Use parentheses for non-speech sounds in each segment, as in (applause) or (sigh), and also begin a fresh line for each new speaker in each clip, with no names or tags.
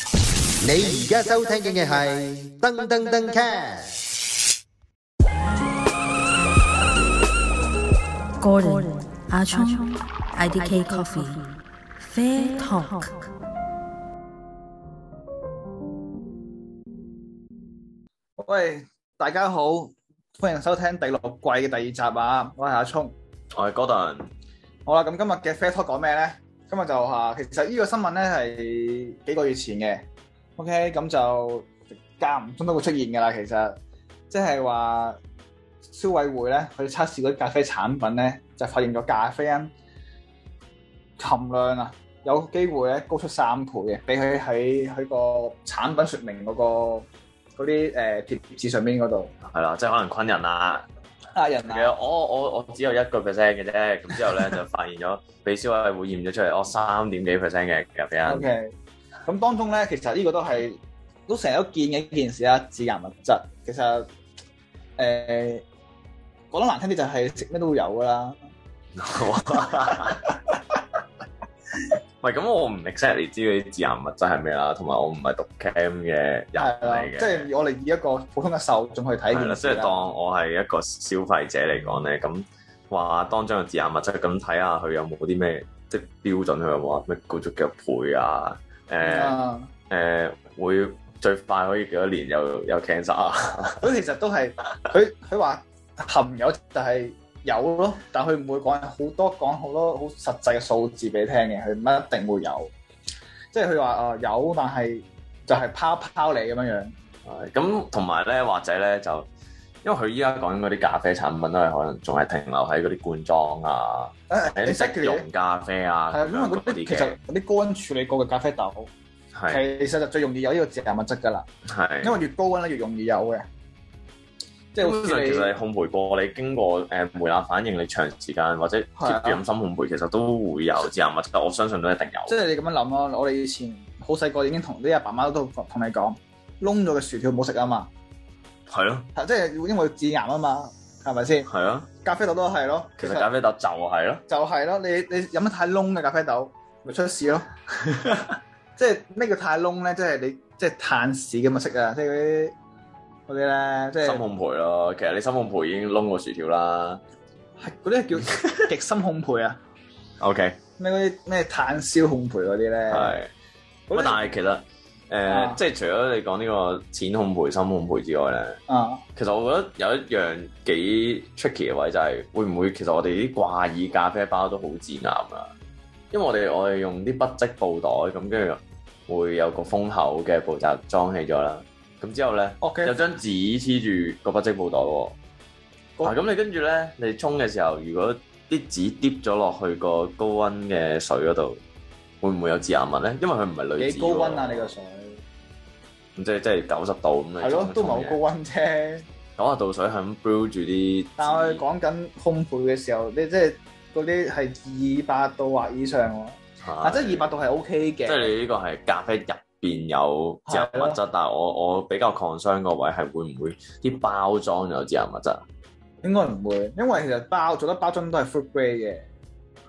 你而家收聽嘅係噔噔噔 cast。
Gordon, Ah Chong, IDK Coffee, Fair Talk.
喂，大家好，歡迎收聽第六季嘅第二集啊！我係阿聰。
我係 Gordon，
好啦，咁今日嘅 Fair Talk 講咩咧？今日就啊，其實呢個新聞咧係幾個月前嘅，OK，咁就間唔中都會出現㗎啦。其實即係話消委會咧，佢測試嗰啲咖啡產品咧，就發現咗咖啡因含量啊，有機會咧高出三倍嘅，比佢喺佢個產品説明嗰、個嗰啲誒貼紙上面嗰度
係啦，即係可能昆人啊，
呃人
其
啊
實，我我我只有一個 percent 嘅啫，咁之後咧就發現咗俾消委會驗咗出嚟，我三點幾 percent 嘅咖啡
O
因，
K，咁當中咧，其實呢個都係都成日都見嘅一件事啦，致癌物質。其實誒、呃、講得難聽啲，就係食咩都會有噶啦。
喂，咁 (laughs) 我唔 exactly 知嗰啲致癌物質係咩啦，同埋我唔係讀 cam 嘅人
係啦，
嚟
即
嘅，
係我哋以一個普通嘅受眾去睇
係啦，
件
即
事啊
係
啦。
當我係一個消費者嚟講咧，咁話當將個致癌物質咁睇下佢有冇啲咩即係標準，佢有冇話咩高咗幾多倍啊？誒、
啊，
誒、會最快可以幾多年有有 cancer 啊？
佢其實都係佢佢話含有就係有咯，但佢唔會講好多講好多好實際嘅數字俾你聽嘅，佢唔一定會有。即係佢話誒有，但係就係拋拋你咁樣樣。
係咁同埋咧，或者咧就因為佢依家講緊嗰啲咖啡產品都係可能仲係停留喺嗰啲罐裝啊，
誒，你
喺
識
啲即
嘅嘢。
溶咖啡啊
係啊，
咁
因為
樣
嗰
嗰
啲
啲
其實
嘅，
嗰啲高温處理過嘅咖啡豆，其
係
實就最容易有呢個致癌物質㗎啦。
係。
因為越高温咧越容易有嘅，即係
基
好
本
似
上
你
其實係烘焙過，你經過誒梅納反應，你長時間或者
係啊
keep 住飲深烘焙，其實都會有致癌物質，我相信都一定有。
即係你咁樣諗咯。我哋以前好細個已經同啲阿爸媽都同你講，燶咗嘅薯條唔好食啊嘛，
係咯，
係啊即係因為致癌啊嘛，係咪先？
係啊，
咖啡豆都係咯，
其實咖啡豆就係咯，
就係咯，你你飲得太燶嘅咖啡豆，咪出事
(laughs)
咯。即係咩叫太燶咧？即係你即係炭屎咁嘅色啊！即係嗰啲嗰啲咧，即係
深烘焙咯。其實你深烘焙已經窿過薯條啦。
係嗰啲係叫
(laughs)
極深烘焙啊，
OK，
咩嗰啲咩炭燒烘焙嗰啲咧，
係。
嗰
咁啊
啲
但係其實誒、呃
啊
即係除咗你講呢個淺烘焙、深烘焙之外咧，
啊
其實我覺得有一樣幾 tricky 嘅位就係、會唔會其實我哋啲掛耳咖啡包都好致癌啊？因為我哋我哋用啲不織布袋咁，跟住會有個封口嘅步驟裝起咗啦。咁之後咧，
，OK，
有張紙黐住個不織布袋喎。
哦
啊，咁你跟住咧，你沖嘅時候，如果啲紙滴咗落去個高温嘅水嗰度，會唔會有致癌物咧？因為佢唔係濾紙喎。
幾高温啊？你個水
咁即係即係九十度咁樣。
係咯，都唔係好高温啫。
高。九十度水係咁 brew 住啲紙。
但係我哋講緊烘焙嘅時候，你即係嗰啲係二百度或以上喎，啊，
係
即係二百度係 OK
即係
嘅，
你呢個係咖啡入邊有致癌物
係
質，但係我我比較 concern 個位係會唔會啲包裝有致癌物質？
應該唔會，因為其實包做得包裝都係 food grade 嘅，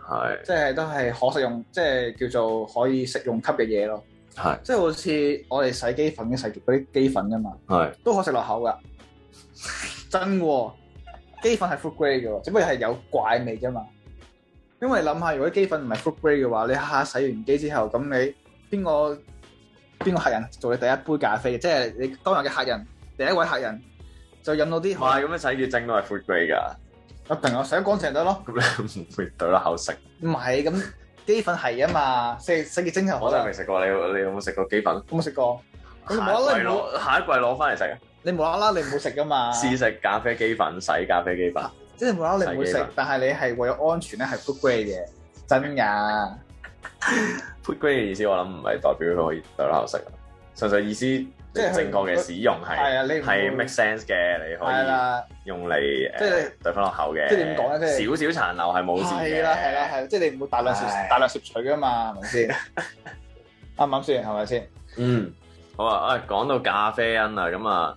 係
即係都係可食用，即係叫做可以食用級嘅嘢咯。
係
即係好似我哋洗機粉嘅洗嗰啲機粉㗎嘛。
係
都可以食落口噶，真嘅喎。雞粉係 fruit grade 嘅喎，只不過係有怪味啫嘛。因為你諗下，如果雞粉唔係 fruit grade 嘅話，你下下洗完機之後，咁你邊個邊個客人做你第一杯咖啡嘅？即係你當日嘅客人，第一位客人就飲到啲啊
唔係咁樣洗潔精都係 food grade
(laughs)
㗎，
我朋友洗得乾淨得咯。
咁你唔會對落口食。
唔係咁，雞粉係啊嘛，洗洗潔精就
我
可
真係
能
未食過，你有你有冇食過雞粉？
有冇食過？你無啦
下
啦你
一季
冇
攞下一季攞翻嚟食啊！
你無啦啦你唔好食噶嘛，
試食咖啡雞粉，洗咖啡雞粉。
即係無啦啦你唔會
洗雞
食
粉，
但係你係為咗安全咧係 fruit grade 嘅，真㗎。
Put grade 嘅意思，我諗唔係代表佢可以對口食啊，純粹意思你
即係佢
正確嘅使用係
係啊，你唔
係 make sense 嘅，你
係
可
啦，
以用嚟
即係
誒對翻落口嘅。
即係點講咧即
少少殘留係冇事嘅。
係啦，係啦，係啦，即係你唔會大量攝
唉
大量攝取噶嘛，係咪
(laughs)
先？啱唔啱先？係咪先？
嗯，好啊，啊講到咖啡因啊，咁啊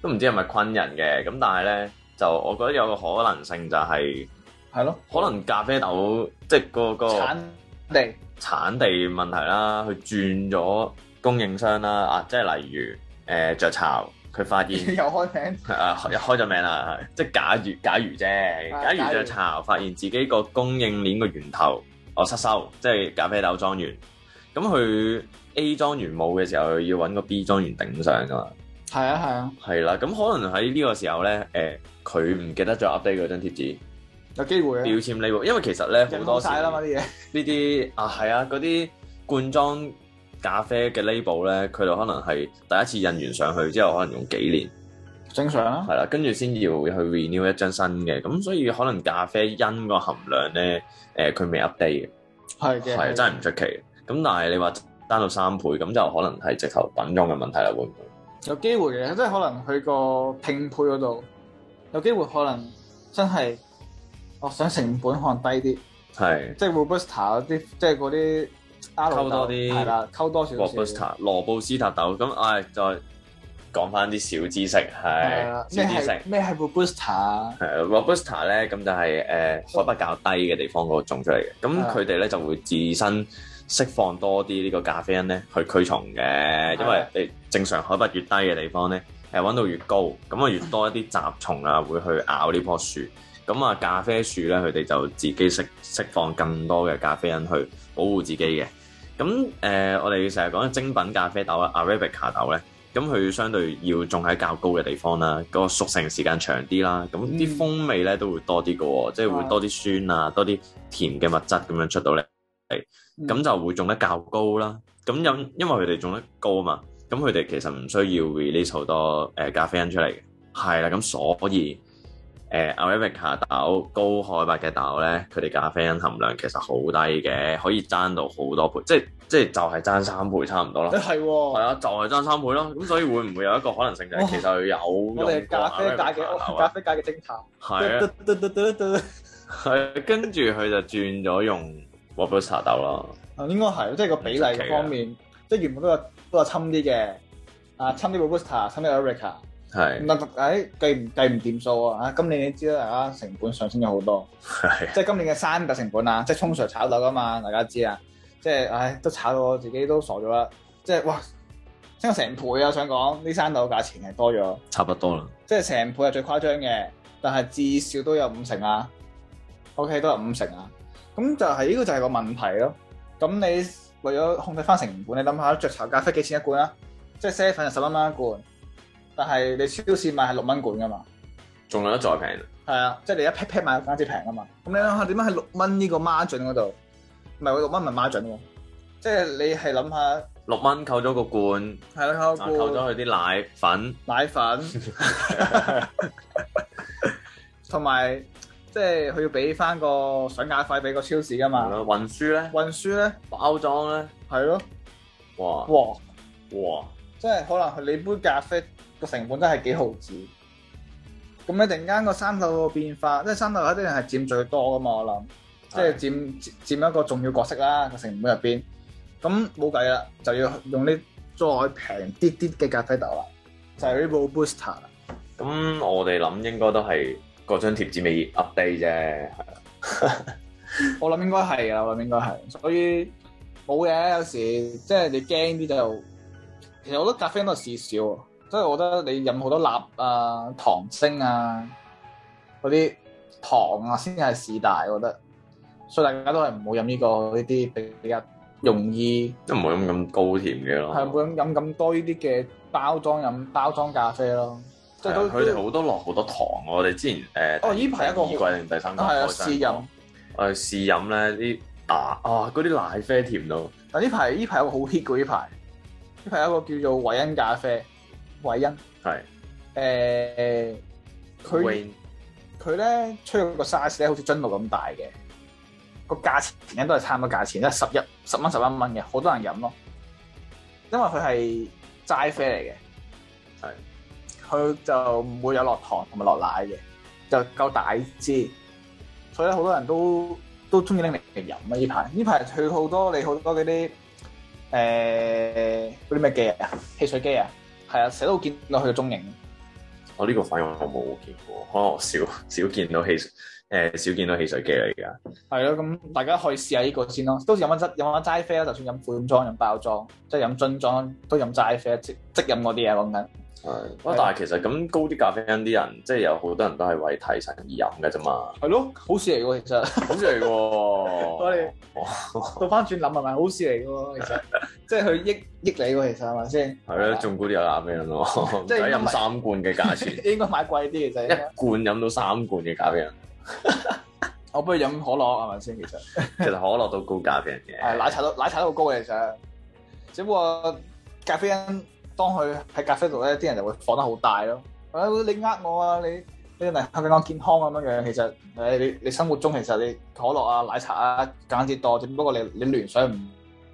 都唔知係咪昆人嘅，咁但係咧就我覺得有個可能性就係
係咯，
可能咖啡豆即係個個
產地
產地問題啦，佢轉咗供應商啦，啊，即係例如誒雀巢，佢發
(laughs)
現
又開名，
啊，開開咗名啦，係即係假如假如啫，
啊
假如
假如
雀巢發現自己個供應鏈個源頭我失收，即係咖啡豆莊園，咁佢 A 莊園冇嘅時候，要揾個 B 莊園頂上噶嘛，
係啊係啊，
係啦，咁可能喺呢個時候咧，誒佢唔記得咗 update 嗰張貼紙
有機會啊，
標籤 label，因為其實咧好
印
多
好
時
晒啦嘛
呢
啲嘢，
啲啊係啊嗰啲罐裝咖啡嘅 label 咧，佢哋可能係第一次印完上去之後，可能用幾年。
正常啊，
係啦，跟住先要去 renew 一張新嘅，咁所以可能咖啡因個含量咧，誒、佢未 update
係啊
嘅，
嘅，
係真係唔出奇嘅。咁但係你話單到三倍，咁就可能係直頭品種嘅問題啦，會唔會？
有機會嘅，即係可能佢個拼配嗰度有機會，可能真係我想成本可能低啲，
係
即係 Robusta 嗰啲，即係嗰啲阿
溝多啲
係啦，溝多少
羅布斯
少，
塔、羅布斯塔豆，咁唉、再講翻啲小知識，
係啦
係，
咩
小知識
係。咩係 Robusta 啊
係 Robusta 咧，咁就係、誒、海拔較低嘅地方嗰度種出嚟嘅，咁
啊
佢哋咧就會自身釋放多啲呢個咖啡因咧去驅蟲嘅，因為
啊
你正常海拔越低嘅地方咧，誒温度越高，咁啊越多一啲雜蟲啊會去咬呢棵樹，咁啊咖啡樹咧佢哋就自己釋釋放更多嘅咖啡因去保護自己嘅。咁誒、呃我哋成日講嘅精品咖啡豆啊，Arabica 豆咧，咁佢相對要種喺較高嘅地方啦，嗰、個熟成時間長啲啦，咁啲
嗯
風味咧都會多啲嘅喎，即係會
啊
多啲酸啊，多啲甜嘅物質咁樣出到嚟，
嗯
咁就會種得較高啦。咁因因為佢哋種得高啊嘛，咁佢哋其實唔需要 release 好多誒、呃咖啡因出嚟嘅，係啦，咁所以。呃誒 Arabica 豆高海拔嘅豆咧，佢哋咖啡因含量其實好低嘅，可以爭到好多倍，即係即係就係爭三倍差唔多
(laughs) 誒
咯。
係
係
喎，
啊，就係爭三倍咯。咁所以會唔會有一個可能性就係
哇
其實佢有用
我
過
哋咖啡界
Arabica
嘅
豆
咖
啊？
啡界嘅偵探，
係啊，
嘟嘟嘟嘟嘟
係啊跟住佢就轉咗用 Robusta 豆咯。
啊，應該係，即係個比例嘅方面，
啊
即係原本都有都有侵啲嘅，啊侵啲 Robusta，侵啲 Erica，
係
唔得，誒計唔計唔掂數啊！啊，今年你知啦，啊成本上升咗好多，
係
即係今年嘅生豆成本啊，即係通常炒豆噶嘛，大家知啊，即係唉都炒到我自己都傻咗啦，即係哇升咗成倍啊！想講呢生豆價錢係多咗，
差不多啦。
即係成倍係最誇張嘅，但係至少都有五成啊，OK 都有五成啊，咁就係呢個就係個問題咯。咁你為咗控制翻成本，你諗下雀巢咖啡幾錢一罐啊？即係 seven 就十蚊蚊一罐，但係你超市買係六蚊罐噶嘛？
仲有得再平，
係啊，即係你一 pair pair 買簡直平啊嘛。咁你諗下點樣喺六蚊呢個 margin 嗰度？唔係喎，六蚊唔係 margin 喎，即係你係諗下
六蚊扣咗個罐，
係啦，
啊
嗰
扣
個
咗佢啲奶粉，
奶粉，同埋即係佢要俾翻個上架費俾個超市噶
係
嘛。
咯，運輸咧，
運輸咧
包裝咧，
係咯，
哇
哇！
哇！
即係可能佢你杯咖啡個成本真係幾毫子。咁你突然間個生豆個變化，即係生豆一定係佔最多噶嘛，我諗。即係佔佔一個重要角色啦，個成本入邊。咁冇計啦，就要用啲再平啲啲嘅咖啡豆啦，就係呢部 Booster 啦。
咁我哋諗應該都係嗰張貼紙未 update 啫，
我諗應該係啊，我諗應該係。所以冇嘅，有時即係你驚啲就，其實我覺得咖啡因都係事少喎，即係我覺得你飲好多鈉啊、糖精啊嗰啲糖啊，先係事大，我覺得。所以大家都係唔好飲呢個呢啲比比較容易。
都唔好飲咁高甜嘅咯。
係冇飲飲咁多呢啲嘅包裝飲包裝咖啡咯，即
係
係
啊
都
佢哋
都
好多落好多糖喎。我哋之前誒、呃
哦呢排一個好
第二季定第三季
係啊
開箱
試飲。
我哋試飲咧啲奶啊，嗰啲奶啡甜到
但呢排呢排有個好 hit 嘅呢排，呢排有一個叫做維恩咖啡，維恩
係
誒佢
Wayne
佢咧吹到個 size 咧好似樽度咁大嘅，個價錢咧都係差唔多價錢，即係十一十蚊十一蚊嘅，好多人飲咯，因為佢係齋啡嚟嘅，
係
佢就唔會有落糖同埋落奶嘅，就夠大支，所以咧好多人都都中意拎嚟飲啊！呢排呢排佢好多你好多嗰啲誒嗰啲咩機啊，汽水機啊，係啊，成日都見到佢嘅蹤影。
哦 (laughs) 我呢個反應我冇見過，可能我少少見到汽水誒、誒少見到汽水機嚟㗎。
係咯，咁大家可以試下呢個先咯。都時飲翻質，飲翻齋啡啦，啊就算飲罐裝、飲包裝，即係飲樽裝都飲齋啡，即即飲嗰啲啊講緊。
哇！啊但係其實咁高啲咖啡因啲人，即係有好多人都係為提神而飲嘅啫嘛。
係咯，好事嚟喎，其 (laughs) 實
好似係喎，我
哋倒翻轉諗係咪好事嚟嘅喎？其實即係佢益益你喎，其實係咪 (laughs) 先？
係咯，中高啲有咖啡因咯，唔
(laughs) 即
使
係
飲三罐嘅
(laughs)
價錢，
應該買貴啲其實
一
應該。
罐飲到三罐嘅咖啡因。
我不如飲可樂係咪先？其實
其實可樂都高咖啡因
係
嘅，
奶茶都奶茶都好高嘅，其實只不過咖啡因當佢喺咖啡度咧，啲人就會放得好大咯。啊，你呃我啊，你你嚟香港健康咁樣樣，其實誒你你生活中其實你可樂啊、奶茶啊簡直多，只不過你你聯想唔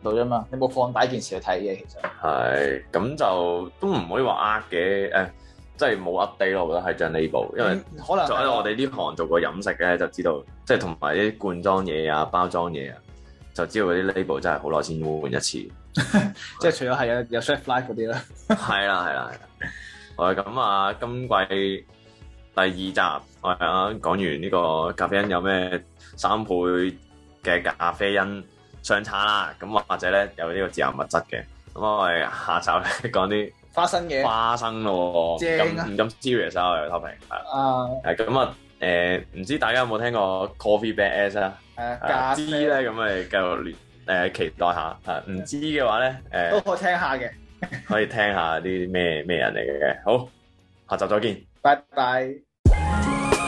到啫嘛，你冇放大件事去睇嘅其實。
係咁就都唔可以話呃嘅，誒，即係冇 update 咯，我覺得係張 label，因為。
可能
就喺我哋呢行做過飲食嘅，就知道即係同埋啲罐裝嘢啊、包裝嘢啊，就知道嗰啲 label 真係好耐先換一次。
即係除咗係有有 chef life 嗰啲啦，
係啦，係啦，係啦。好啦，咁啊，今季第二集我哋啱啱講完呢個咖啡因有咩三倍嘅咖啡因相差啦，咁啊或者咧有呢個致癌物質嘅。咁啊我哋下集咧講啲
花生嘢
花生咯喎，
啊正啊
咁唔咁 serious 啊，我哋 topic 係啦
啊
係咁啊，誒唔知大家有冇聽過 coffee bad ass 啊？
誒
啊
咖
知
啡
咧，咁我哋繼續聯誒期待下啊！唔知嘅話咧，誒、
都可以聽下嘅，
可以聽下啲咩咩人嚟嘅。好，下集再見。
拜拜。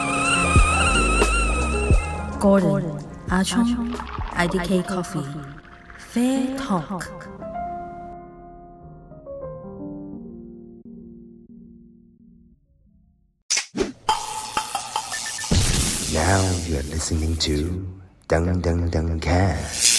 Gordon, Ah Chong, IDK Coffee, Fair Talk.
Now you're listening to Dung Dung Dung Cat.